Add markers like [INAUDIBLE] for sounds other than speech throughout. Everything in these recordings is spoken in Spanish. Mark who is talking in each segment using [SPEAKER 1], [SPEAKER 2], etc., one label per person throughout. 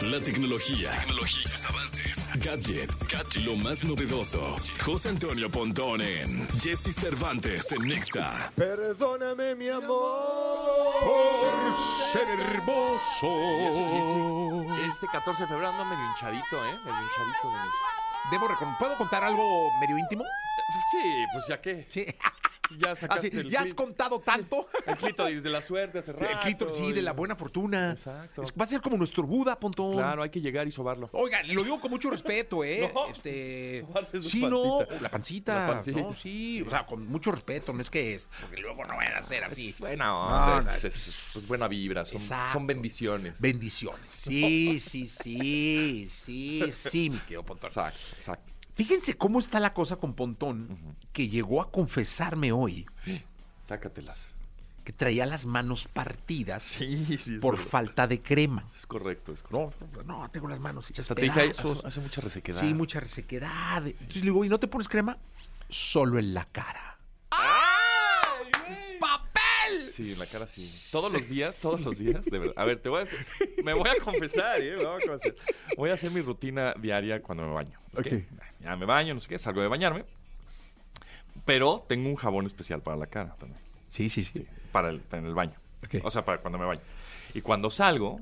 [SPEAKER 1] La tecnología. Tecnología. Avances. Gadgets. Gadgets. Lo más novedoso. José Antonio Pontón en Jesse Cervantes en Nexa.
[SPEAKER 2] Perdóname, mi amor. Por ser hermoso.
[SPEAKER 3] Este 14 de febrero ando medio hinchadito, ¿eh? Medio hinchadito. Denis.
[SPEAKER 4] Debo recon- ¿Puedo contar algo medio íntimo?
[SPEAKER 3] Sí, pues ya qué.
[SPEAKER 4] Sí.
[SPEAKER 3] [LAUGHS] Ya sacaste
[SPEAKER 4] Así,
[SPEAKER 3] el
[SPEAKER 4] ya has
[SPEAKER 3] clí-
[SPEAKER 4] contado tanto.
[SPEAKER 3] [LAUGHS] El clítoris de la suerte hace rato.
[SPEAKER 4] El clítoris, sí, de la
[SPEAKER 3] y-
[SPEAKER 4] buena fortuna.
[SPEAKER 3] Exacto.
[SPEAKER 4] Es- va a ser como nuestro Buda, Pontón.
[SPEAKER 3] Claro, hay que llegar y sobarlo.
[SPEAKER 4] Oigan, lo digo con mucho respeto, ¿eh?
[SPEAKER 3] [LAUGHS] No.
[SPEAKER 4] Este,
[SPEAKER 3] Guarde su
[SPEAKER 4] sí, no,
[SPEAKER 3] pancita.
[SPEAKER 4] la pancita.
[SPEAKER 3] La pancita.
[SPEAKER 4] No, sí, o sea, con mucho respeto, no es que es, porque luego no van a ser así.
[SPEAKER 3] Es buena onda,
[SPEAKER 4] No, no,
[SPEAKER 3] es, es- es buena vibra, son,
[SPEAKER 4] Exacto.
[SPEAKER 3] son bendiciones.
[SPEAKER 4] Bendiciones. Sí, sí, sí, sí, sí, mi querido Pontón.
[SPEAKER 3] exacto, exacto.
[SPEAKER 4] Fíjense cómo está la cosa con Pontón, que llegó a confesarme hoy
[SPEAKER 3] Sácatelas.
[SPEAKER 4] que traía las manos partidas
[SPEAKER 3] Sí, sí.
[SPEAKER 4] por falta de crema.
[SPEAKER 3] Es correcto, es correcto.
[SPEAKER 4] No, no, tengo las manos hechas
[SPEAKER 3] Hasta te dije,
[SPEAKER 4] pedazos.
[SPEAKER 3] hace- hace mucha resequedad.
[SPEAKER 4] Sí, mucha resequedad. Entonces le digo, ¿y no te pones crema? Solo en la cara. ¡Papel!
[SPEAKER 3] Sí, en la cara sí. Todos los días, todos los días, de verdad. A ver, te voy a hacer- me voy a confesar, ¿eh? Me voy a confesar. Voy a hacer mi rutina diaria cuando me baño. ¿ok? Ya me baño, no sé qué, salgo de bañarme. Pero tengo un jabón especial para la cara también.
[SPEAKER 4] Sí, sí, sí.
[SPEAKER 3] para el, en el baño.
[SPEAKER 4] Ok.
[SPEAKER 3] O sea, para cuando me baño. Y cuando salgo,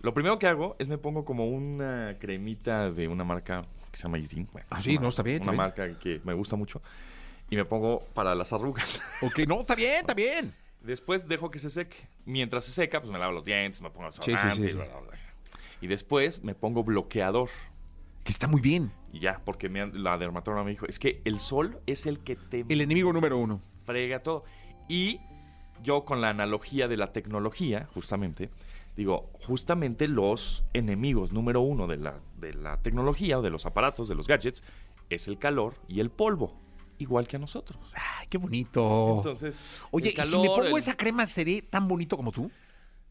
[SPEAKER 3] lo primero que hago es me pongo como una cremita de una marca que se llama Isdin. Bueno,
[SPEAKER 4] Ah,
[SPEAKER 3] es
[SPEAKER 4] sí,
[SPEAKER 3] una-
[SPEAKER 4] no, está bien, está
[SPEAKER 3] Una marca que me gusta mucho. Y me pongo para las arrugas.
[SPEAKER 4] Ok, no, está bien, está bien.
[SPEAKER 3] Después dejo que se seque. Mientras se seca, pues me lavo los dientes, me pongo
[SPEAKER 4] sí,
[SPEAKER 3] desodorante.
[SPEAKER 4] sí.
[SPEAKER 3] bla, bla, bla. Y después me pongo bloqueador.
[SPEAKER 4] Que está muy bien.
[SPEAKER 3] Y ya, porque me han- la dermatóloga me dijo, es que el sol es el que te
[SPEAKER 4] El enemigo número uno.
[SPEAKER 3] frega todo. Y yo con la analogía de la tecnología, justamente, digo, justamente los enemigos número uno de la, de la tecnología o de los aparatos, de los gadgets, es el calor y el polvo, igual que a nosotros.
[SPEAKER 4] Ay, qué bonito.
[SPEAKER 3] Entonces,
[SPEAKER 4] Oh. Oye,
[SPEAKER 3] el
[SPEAKER 4] ¿y si me
[SPEAKER 3] calor,
[SPEAKER 4] pongo
[SPEAKER 3] el-
[SPEAKER 4] esa crema seré tan bonito como tú?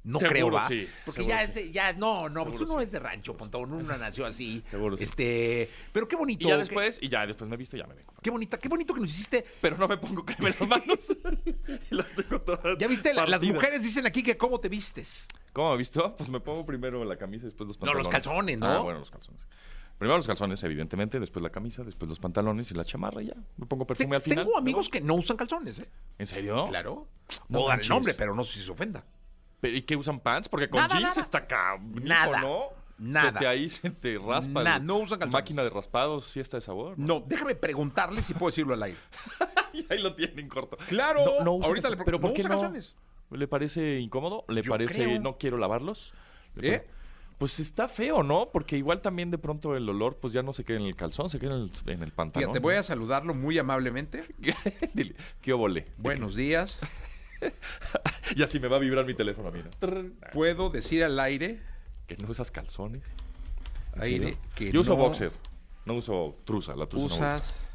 [SPEAKER 4] No
[SPEAKER 3] Seguro
[SPEAKER 4] creo, ¿va?
[SPEAKER 3] sí,
[SPEAKER 4] Porque
[SPEAKER 3] seguro
[SPEAKER 4] ya
[SPEAKER 3] sí.
[SPEAKER 4] es, ya no, no, pues
[SPEAKER 3] Seguro
[SPEAKER 4] uno
[SPEAKER 3] sí.
[SPEAKER 4] es de rancho, Pontón, uno nació así.
[SPEAKER 3] Seguro sí.
[SPEAKER 4] Este, pero qué bonito.
[SPEAKER 3] Y ya
[SPEAKER 4] qué-
[SPEAKER 3] después, y ya después me he visto, ya me vengo.
[SPEAKER 4] Qué bonita, qué bonito que nos hiciste.
[SPEAKER 3] Pero no me pongo crema en las manos. [LAUGHS] y las tengo todas
[SPEAKER 4] Ya viste, la- las
[SPEAKER 3] partidas.
[SPEAKER 4] mujeres dicen aquí que cómo te vistes.
[SPEAKER 3] ¿Cómo me he visto? Pues me pongo primero la camisa, después los
[SPEAKER 4] No,
[SPEAKER 3] pantalones.
[SPEAKER 4] los calzones, ¿no?
[SPEAKER 3] Ah, bueno, los calzones. Primero los calzones, evidentemente, después la camisa, después los pantalones y la chamarra y ya. Me pongo
[SPEAKER 4] Te-
[SPEAKER 3] perfume al final.
[SPEAKER 4] tengo amigos que no usan calzones, ¿eh?
[SPEAKER 3] ¿En serio?
[SPEAKER 4] Claro.
[SPEAKER 3] No
[SPEAKER 4] No dan
[SPEAKER 3] manches.
[SPEAKER 4] el nombre, pero no sé si se ofenda.
[SPEAKER 3] ¿Pero ¿Y qué usan pants? Porque con
[SPEAKER 4] Nada,
[SPEAKER 3] jeans
[SPEAKER 4] nada.
[SPEAKER 3] está cabrón,
[SPEAKER 4] Nada,
[SPEAKER 3] ¿no?
[SPEAKER 4] nada.
[SPEAKER 3] Se te ahí se te raspa. el-
[SPEAKER 4] Nada, no usan calzones.
[SPEAKER 3] Máquina de raspados, fiesta de sabor.
[SPEAKER 4] No, déjame preguntarle si puedo decirlo al aire.
[SPEAKER 3] [LAUGHS] y ahí lo tienen corto.
[SPEAKER 4] Claro.
[SPEAKER 3] No, no usa
[SPEAKER 4] Ahorita
[SPEAKER 3] calzones.
[SPEAKER 4] le pro-
[SPEAKER 3] ¿Pero
[SPEAKER 4] no
[SPEAKER 3] por qué
[SPEAKER 4] usa
[SPEAKER 3] no?
[SPEAKER 4] calzones.
[SPEAKER 3] ¿Le parece incómodo? ¿Le
[SPEAKER 4] Yo
[SPEAKER 3] parece
[SPEAKER 4] creo.
[SPEAKER 3] no quiero lavarlos? ¿Le
[SPEAKER 4] ¿Eh?
[SPEAKER 3] pare- Pues está feo, ¿no? Porque igual también de pronto el olor pues ya no se queda en el calzón, se queda en el, en el pantalón.
[SPEAKER 4] Fíjate, voy a saludarlo muy amablemente.
[SPEAKER 3] [LAUGHS] Dile, ¿qué obole?
[SPEAKER 4] Buenos días.
[SPEAKER 3] [LAUGHS] Y así me va a vibrar mi teléfono, mira.
[SPEAKER 4] ¿Puedo decir al aire?
[SPEAKER 3] Que no usas calzones. ¿En
[SPEAKER 4] Aire,
[SPEAKER 3] serio?
[SPEAKER 4] que
[SPEAKER 3] Yo uso
[SPEAKER 4] no
[SPEAKER 3] boxer. No uso trusa, la trusa no me gusta.
[SPEAKER 4] Usas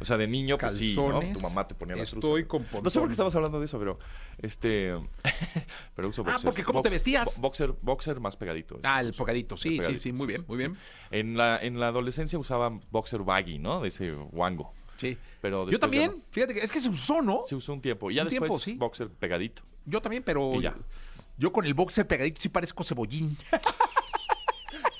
[SPEAKER 3] O sea, de niño, pues sí, ¿no?
[SPEAKER 4] calzones.
[SPEAKER 3] Tu mamá te ponía la trusa.
[SPEAKER 4] Estoy con pontón.
[SPEAKER 3] No sé por qué estamos hablando de eso, pero este [LAUGHS] pero uso
[SPEAKER 4] Ah,
[SPEAKER 3] boxer.
[SPEAKER 4] porque ¿cómo te
[SPEAKER 3] Box-
[SPEAKER 4] vestías?
[SPEAKER 3] bo- Boxer, boxer más pegadito. es.
[SPEAKER 4] Ah, el pocadito. Sí, sí,
[SPEAKER 3] pegadito.
[SPEAKER 4] sí, muy bien, muy bien.
[SPEAKER 3] En la en la adolescencia usaba boxer baggy, ¿no? De ese wango.
[SPEAKER 4] Sí.
[SPEAKER 3] Pero
[SPEAKER 4] Yo
[SPEAKER 3] después ya
[SPEAKER 4] también, fíjate que es que se usó, ¿no?
[SPEAKER 3] no. Se usó un tiempo y ya
[SPEAKER 4] Un
[SPEAKER 3] después
[SPEAKER 4] tiempo, sí.
[SPEAKER 3] boxer pegadito.
[SPEAKER 4] Yo también, pero
[SPEAKER 3] Y ya.
[SPEAKER 4] yo con el boxer pegadito sí parezco cebollín.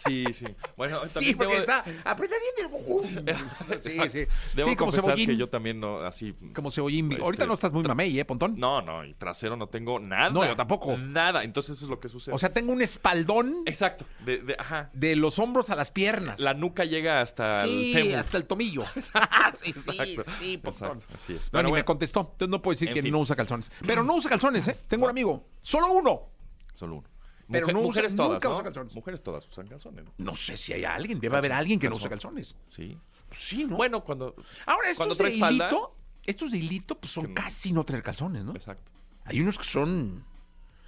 [SPEAKER 3] Sí, sí. Bueno,
[SPEAKER 4] [LAUGHS] Sí,
[SPEAKER 3] también
[SPEAKER 4] porque
[SPEAKER 3] debo- [LAUGHS]
[SPEAKER 4] está aprieta bien el- Sí, sí.
[SPEAKER 3] Debo
[SPEAKER 4] sí, como
[SPEAKER 3] confesar
[SPEAKER 4] cebollín.
[SPEAKER 3] que yo también no así
[SPEAKER 4] Como cebollín.
[SPEAKER 3] Este,
[SPEAKER 4] Ahorita no estás muy mamey, ¿eh, Pontón?
[SPEAKER 3] No, no, y trasero no tengo nada.
[SPEAKER 4] No, yo tampoco.
[SPEAKER 3] Nada, entonces eso es lo que sucede.
[SPEAKER 4] O sea, tengo un espaldón
[SPEAKER 3] exacto, de, de- ajá.
[SPEAKER 4] de los hombros a las piernas.
[SPEAKER 3] La nuca llega hasta
[SPEAKER 4] sí,
[SPEAKER 3] el fémur.
[SPEAKER 4] hasta el
[SPEAKER 3] [LAUGHS]
[SPEAKER 4] tomillo. [LAUGHS] Ah, sí, sí,
[SPEAKER 3] Exacto,
[SPEAKER 4] sí, Pontón.
[SPEAKER 3] exacto, así es.
[SPEAKER 4] No,
[SPEAKER 3] Pero
[SPEAKER 4] ni
[SPEAKER 3] bueno.
[SPEAKER 4] me contestó. Entonces no puedo decir
[SPEAKER 3] En
[SPEAKER 4] que
[SPEAKER 3] fin.
[SPEAKER 4] no usa calzones. Pero no usa calzones, ¿eh? Tengo un amigo. Solo uno.
[SPEAKER 3] Solo uno.
[SPEAKER 4] Pero no usa-
[SPEAKER 3] mujeres
[SPEAKER 4] nunca
[SPEAKER 3] todas, ¿no?
[SPEAKER 4] usa calzones.
[SPEAKER 3] Mujeres todas usan calzones. ¿no?
[SPEAKER 4] No sé si hay alguien. Debe haber alguien que no usa calzones.
[SPEAKER 3] Sí.
[SPEAKER 4] Sí, ¿no?
[SPEAKER 3] Bueno, cuando
[SPEAKER 4] Ahora, estos
[SPEAKER 3] cuando
[SPEAKER 4] de
[SPEAKER 3] traes falda-
[SPEAKER 4] hilito, estos de hilito, pues son
[SPEAKER 3] Que no. Pues.
[SPEAKER 4] casi no traer calzones, ¿no?
[SPEAKER 3] Exacto.
[SPEAKER 4] Hay unos que son.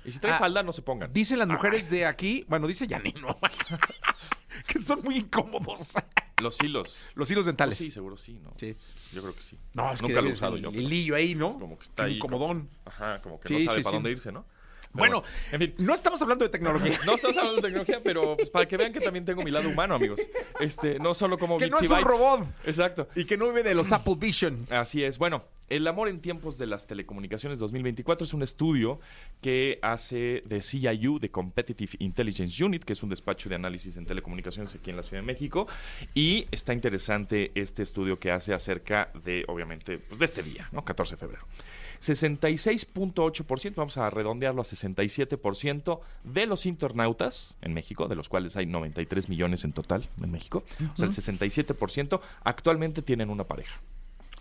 [SPEAKER 3] Y si traen
[SPEAKER 4] Ah,
[SPEAKER 3] falda no se pongan.
[SPEAKER 4] Dicen las mujeres de aquí, bueno, dice Yanino, [LAUGHS] que son muy incómodos.
[SPEAKER 3] Los hilos.
[SPEAKER 4] Los hilos dentales.
[SPEAKER 3] Pues Sí, seguro sí, ¿no?
[SPEAKER 4] Sí.
[SPEAKER 3] Yo creo que sí.
[SPEAKER 4] No, es que
[SPEAKER 3] Nunca lo
[SPEAKER 4] debe
[SPEAKER 3] he usado
[SPEAKER 4] ser
[SPEAKER 3] yo.
[SPEAKER 4] el
[SPEAKER 3] pero
[SPEAKER 4] hilillo ahí, ¿no?
[SPEAKER 3] Como que está
[SPEAKER 4] Qué
[SPEAKER 3] ahí.
[SPEAKER 4] incomodón.
[SPEAKER 3] como- Ajá, como que
[SPEAKER 4] Sí,
[SPEAKER 3] no sabe
[SPEAKER 4] sí,
[SPEAKER 3] para
[SPEAKER 4] sí.
[SPEAKER 3] dónde irse, ¿no? Pero
[SPEAKER 4] Bueno,
[SPEAKER 3] en fin.
[SPEAKER 4] no estamos hablando de [LAUGHS] tecnología.
[SPEAKER 3] No estamos hablando de tecnología, pero pues, para que vean que también tengo mi lado humano, amigos. Este, no solo como
[SPEAKER 4] Que no
[SPEAKER 3] Bitsy
[SPEAKER 4] es un
[SPEAKER 3] Bytes.
[SPEAKER 4] robot.
[SPEAKER 3] Exacto.
[SPEAKER 4] Y que no vive de los Apple Vision.
[SPEAKER 3] Así es. Bueno, El amor en tiempos de las telecomunicaciones 2024 es un estudio que hace de CIU, de Competitive Intelligence Unit, que es un despacho de análisis en telecomunicaciones aquí en la Ciudad de México. Y está interesante este estudio que hace acerca de, obviamente, pues de este día, ¿no? 14 de febrero. 66.8%, vamos a redondearlo a 67% de los internautas en México, de los cuales hay 93 millones en total en México. O sea, el 67% actualmente tienen una pareja.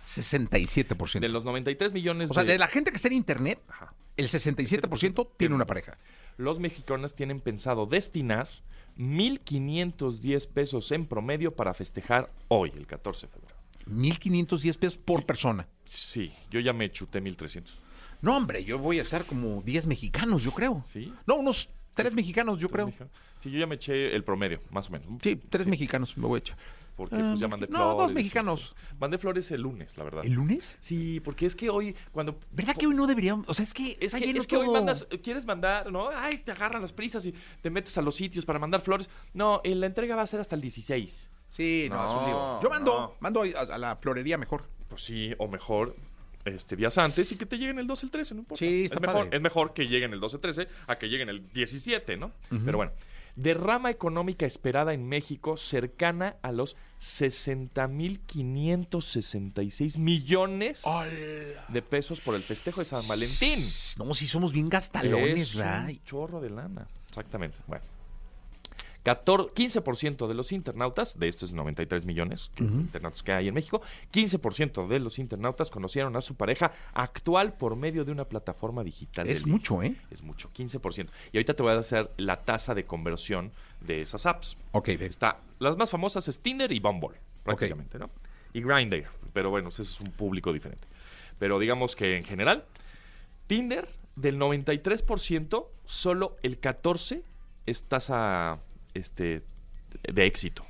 [SPEAKER 4] 67%.
[SPEAKER 3] De los 93 millones
[SPEAKER 4] o sea, de la gente que está en internet, el 67% tiene una pareja.
[SPEAKER 3] los mexicanos tienen pensado destinar 1.510 pesos en promedio para festejar hoy, el 14 de febrero.
[SPEAKER 4] 1.510 pesos por persona.
[SPEAKER 3] Sí, yo ya me chuté 1.300.
[SPEAKER 4] No, hombre, yo voy a estar como 10 mexicanos, yo creo.
[SPEAKER 3] ¿Sí?
[SPEAKER 4] No, unos 3 mexicanos, yo creo.
[SPEAKER 3] Sí, yo ya me eché el promedio, más o menos.
[SPEAKER 4] Sí, 3 mexicanos me voy a echar.
[SPEAKER 3] Porque pues, ya mandé
[SPEAKER 4] no,
[SPEAKER 3] flores.
[SPEAKER 4] dos mexicanos.
[SPEAKER 3] Mandé flores el lunes, la verdad.
[SPEAKER 4] ¿El lunes?
[SPEAKER 3] Sí, porque es que hoy, cuando.
[SPEAKER 4] ¿Verdad que hoy no deberíamos? O sea, es que
[SPEAKER 3] Es
[SPEAKER 4] está
[SPEAKER 3] que,
[SPEAKER 4] lleno
[SPEAKER 3] es que hoy
[SPEAKER 4] todo.
[SPEAKER 3] mandas, quieres mandar, ¿no? Ay, te agarran las prisas y te metes a los sitios para mandar flores. No, eh, la entrega va a ser hasta el 16.
[SPEAKER 4] Sí, no, es un lío.
[SPEAKER 3] No,
[SPEAKER 4] Yo mando,
[SPEAKER 3] no.
[SPEAKER 4] mando a, a la florería mejor.
[SPEAKER 3] Pues sí, o mejor este días antes y que te lleguen el 12, el 13, no importa.
[SPEAKER 4] Sí, está
[SPEAKER 3] es, mejor,
[SPEAKER 4] padre.
[SPEAKER 3] es mejor que lleguen el 12, 13 a que lleguen el 17, ¿no? Pero bueno, derrama económica esperada en México cercana a los 60.566 millones de pesos por el festejo de San Valentín.
[SPEAKER 4] No, si somos bien gastalones,
[SPEAKER 3] Es un
[SPEAKER 4] ¿verdad?
[SPEAKER 3] chorro de lana. Exactamente. Bueno. 14 15% de los internautas, de estos 93 millones de internautas que hay en México, 15% de los internautas conocieron a su pareja actual por medio de una plataforma digital. de
[SPEAKER 4] Es
[SPEAKER 3] ligue.
[SPEAKER 4] mucho, ¿eh?
[SPEAKER 3] Es mucho, 15%. Y ahorita te voy a hacer la tasa de conversión de esas apps.
[SPEAKER 4] Ok, ve.
[SPEAKER 3] Está, las más famosas es Tinder y Bumble, prácticamente, ¿no? Y Grindr, pero bueno, ese es un público diferente. Pero digamos que en general, Tinder, del 93%, solo el 14% es tasa este, de éxito.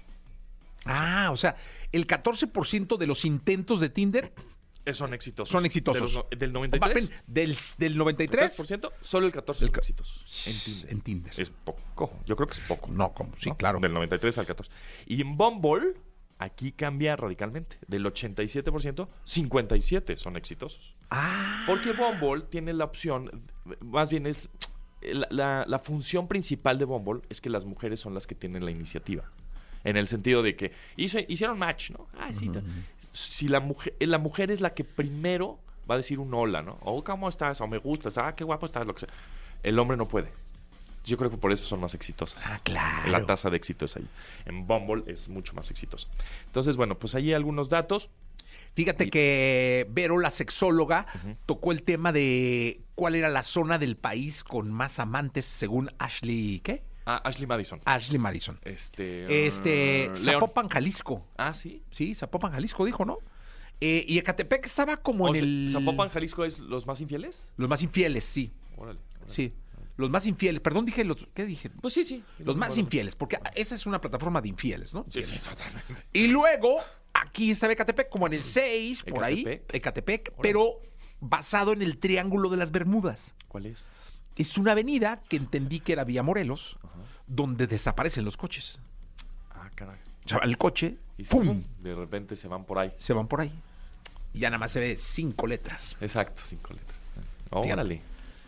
[SPEAKER 4] Ah, o sea, el 14% de los intentos de Tinder
[SPEAKER 3] Eh, Son exitosos.
[SPEAKER 4] son exitosos. Ah,
[SPEAKER 3] De los no- del
[SPEAKER 4] Va, ven,
[SPEAKER 3] 93%,
[SPEAKER 4] Del, del 93.
[SPEAKER 3] 3%, solo el 14% son
[SPEAKER 4] El ca-
[SPEAKER 3] exitosos en Tinder.
[SPEAKER 4] en Tinder.
[SPEAKER 3] Es poco, yo creo que es poco.
[SPEAKER 4] No, como, sí,
[SPEAKER 3] ¿no?
[SPEAKER 4] claro.
[SPEAKER 3] Del 93 al 14. Y en Bumble, aquí cambia radicalmente. Del 87%, 57 son exitosos.
[SPEAKER 4] Ah,
[SPEAKER 3] Porque Bumble tiene la opción, más bien es, la, la- la función principal de Bumble es que las mujeres son las que tienen la iniciativa. En el sentido de que hizo- hicieron match, ¿no? Ah, sí. ta- Si la mujer, la mujer es la que primero va a decir un hola, ¿no? O cómo estás, o me gustas, ah, qué guapo estás, lo que sea. El hombre no puede. Yo creo que por eso son más exitosas.
[SPEAKER 4] Ah, claro.
[SPEAKER 3] La tasa de éxito es ahí. En Bumble es mucho más exitosa. Entonces, bueno, pues ahí algunos datos.
[SPEAKER 4] fíjate que Vero, la sexóloga, tocó el tema de cuál era la zona del país con más amantes según Ashley, ¿qué?
[SPEAKER 3] Ah, Ashley Madison.
[SPEAKER 4] Ashley Madison.
[SPEAKER 3] Este.
[SPEAKER 4] Este,
[SPEAKER 3] uh, León.
[SPEAKER 4] Zapopan, Jalisco.
[SPEAKER 3] Ah, sí.
[SPEAKER 4] Sí, Zapopan, Jalisco, dijo, ¿no? Eh, y Ecatepec estaba como
[SPEAKER 3] O
[SPEAKER 4] en
[SPEAKER 3] sea,
[SPEAKER 4] el...
[SPEAKER 3] Oh, ¿Zapopan, Jalisco es los más infieles?
[SPEAKER 4] Los más infieles, sí.
[SPEAKER 3] Órale. órale.
[SPEAKER 4] Sí. Los más infieles. Perdón, dije los... ¿Qué dije?
[SPEAKER 3] Pues sí, sí.
[SPEAKER 4] Los más infieles, porque esa es una plataforma de infieles, ¿no?
[SPEAKER 3] Sí, sí, totalmente.
[SPEAKER 4] Y luego, aquí está Ecatepec, como en el 6, por ahí,
[SPEAKER 3] Ecatepec.
[SPEAKER 4] Ecatepec, pero basado en el Triángulo de las Bermudas.
[SPEAKER 3] ¿Cuál es?
[SPEAKER 4] Es una avenida que entendí que era Vía Morelos, donde desaparecen los coches.
[SPEAKER 3] Ah, caray.
[SPEAKER 4] O sea, el coche,
[SPEAKER 3] Y se-
[SPEAKER 4] ¡pum!
[SPEAKER 3] De repente se van por ahí.
[SPEAKER 4] Se van por ahí. Y ya nada más se ve cinco letras.
[SPEAKER 3] Exacto, cinco letras.
[SPEAKER 4] Fíjate.
[SPEAKER 3] Órale.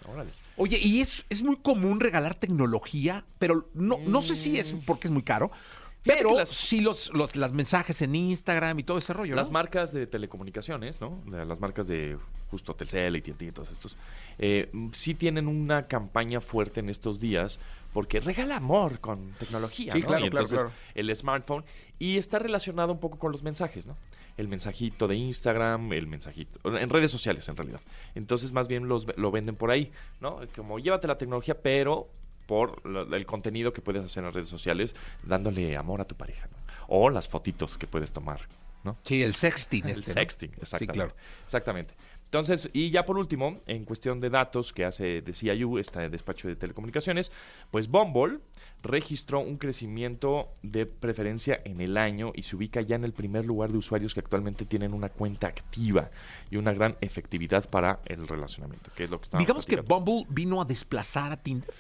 [SPEAKER 3] Órale.
[SPEAKER 4] Oye, y es, es muy común regalar tecnología, pero no, no sé si es porque es muy caro,
[SPEAKER 3] Mm. Fíjate
[SPEAKER 4] pero
[SPEAKER 3] que las-
[SPEAKER 4] sí los, los las mensajes en Instagram y todo ese rollo.
[SPEAKER 3] Las
[SPEAKER 4] ¿no?
[SPEAKER 3] marcas de telecomunicaciones, ¿no? La- Las marcas de justo Telcel, AT&T y todos estos, eh, mm, sí tienen una campaña fuerte en estos días porque regala amor con tecnología,
[SPEAKER 4] Sí,
[SPEAKER 3] ¿no?
[SPEAKER 4] claro,
[SPEAKER 3] Y
[SPEAKER 4] claro,
[SPEAKER 3] entonces,
[SPEAKER 4] claro.
[SPEAKER 3] el smartphone y está relacionado un poco con los mensajes, ¿no? El mensajito de Instagram, el mensajito en redes sociales en realidad. Entonces, más bien los lo venden por ahí, ¿no? Como llévate la tecnología, pero por la- el contenido que puedes hacer en redes sociales dándole amor a tu pareja, ¿no? O las fotitos que puedes tomar, ¿no?
[SPEAKER 4] Sí, el sexting.
[SPEAKER 3] El
[SPEAKER 4] este, ¿no?
[SPEAKER 3] sexting, exactamente.
[SPEAKER 4] claro.
[SPEAKER 3] Exactamente. Entonces, y ya por último, en cuestión de datos que hace de CIU, este despacho de telecomunicaciones, pues Bumble registró un crecimiento de preferencia en el año y se ubica ya en el primer lugar de usuarios que actualmente tienen una cuenta activa y una gran efectividad para el relacionamiento, que es lo que estábamos
[SPEAKER 4] Digamos que
[SPEAKER 3] platicando
[SPEAKER 4] Bumble vino a desplazar a Tinder.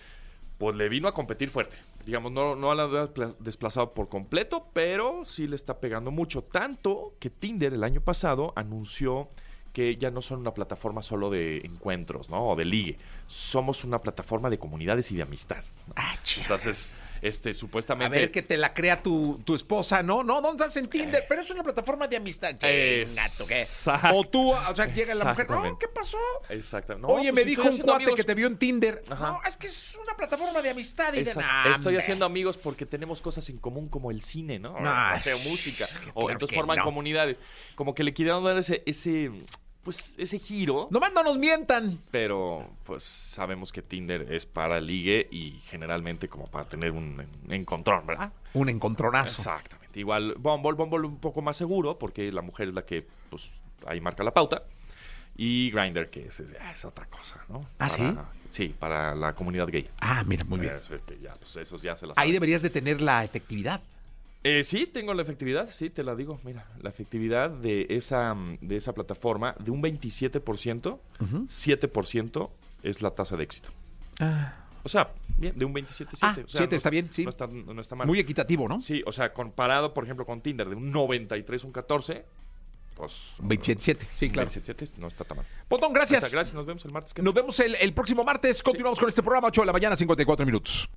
[SPEAKER 3] pues le vino a competir fuerte. Digamos, no, no la ha despla- desplazado por completo, pero sí le está pegando mucho. Tanto que Tinder el año pasado anunció que ya no son una plataforma solo de encuentros, ¿no? O de ligue. Somos una plataforma de comunidades y de amistad. ¿no?
[SPEAKER 4] Ah, chido. [LAUGHS]
[SPEAKER 3] Entonces, este,
[SPEAKER 4] A
[SPEAKER 3] supuestamente.
[SPEAKER 4] ver que te la crea tu, tu esposa, ¿no? No, ¿dónde estás en Tinder? Pero es una plataforma de amistad. Chinga, ¿tú qué?
[SPEAKER 3] Exact-
[SPEAKER 4] O tú, o sea, llega la mujer, no,
[SPEAKER 3] Exactamente.
[SPEAKER 4] ¿qué pasó?
[SPEAKER 3] Exactamente. No,
[SPEAKER 4] Oye,
[SPEAKER 3] pues
[SPEAKER 4] me
[SPEAKER 3] si
[SPEAKER 4] dijo
[SPEAKER 3] estoy
[SPEAKER 4] un
[SPEAKER 3] haciendo
[SPEAKER 4] cuate
[SPEAKER 3] amigos-
[SPEAKER 4] que te vio en Tinder.
[SPEAKER 3] Ajá.
[SPEAKER 4] No, es que es una plataforma de amistad y de
[SPEAKER 3] Exacto.
[SPEAKER 4] nada.
[SPEAKER 3] Estoy haciendo amigos porque tenemos cosas en común como el cine, ¿no?
[SPEAKER 4] No,
[SPEAKER 3] o sea, música. O
[SPEAKER 4] claro que
[SPEAKER 3] entonces forman
[SPEAKER 4] no.
[SPEAKER 3] comunidades. Como que le quisieron dar ese, ese, pues, ese giro.
[SPEAKER 4] Nomás no nos mientan.
[SPEAKER 3] Pero, pues, sabemos que Tinder es para ligue y generalmente como para tener un encontrón, ¿verdad?
[SPEAKER 4] Un encontronazo.
[SPEAKER 3] Exactamente. Igual Bumble, Bumble un poco más seguro porque la mujer es la que, pues, ahí marca la pauta. Y Grindr, que es, es- es otra cosa, ¿no?
[SPEAKER 4] ¿Ah, sí?
[SPEAKER 3] Sí, para la comunidad gay.
[SPEAKER 4] Ah, mira, muy bien.
[SPEAKER 3] Es que ya, pues, esos ya se las
[SPEAKER 4] Ahí deberías de tener la efectividad.
[SPEAKER 3] Eh, sí, tengo la efectividad, sí, te la digo. Mira, la efectividad de esa, mm, de esa plataforma, de un 27%, 7% es la tasa de éxito. O sea, bien, de un 27,
[SPEAKER 4] Ah,
[SPEAKER 3] 7. o sea,
[SPEAKER 4] siete, está bien, sí.
[SPEAKER 3] No está, no está mal.
[SPEAKER 4] Muy equitativo, ¿no?
[SPEAKER 3] Sí, o sea, comparado, por ejemplo, con Tinder, de un 93, un 14, pues...
[SPEAKER 4] 27, sí, claro.
[SPEAKER 3] 27 no está tan mal.
[SPEAKER 4] Potón,
[SPEAKER 3] O sea,
[SPEAKER 4] gracias.
[SPEAKER 3] gracias, nos vemos el martes. que
[SPEAKER 4] Nos vemos el, el próximo martes. Continuamos con este programa, 8 de la mañana, 54 minutos.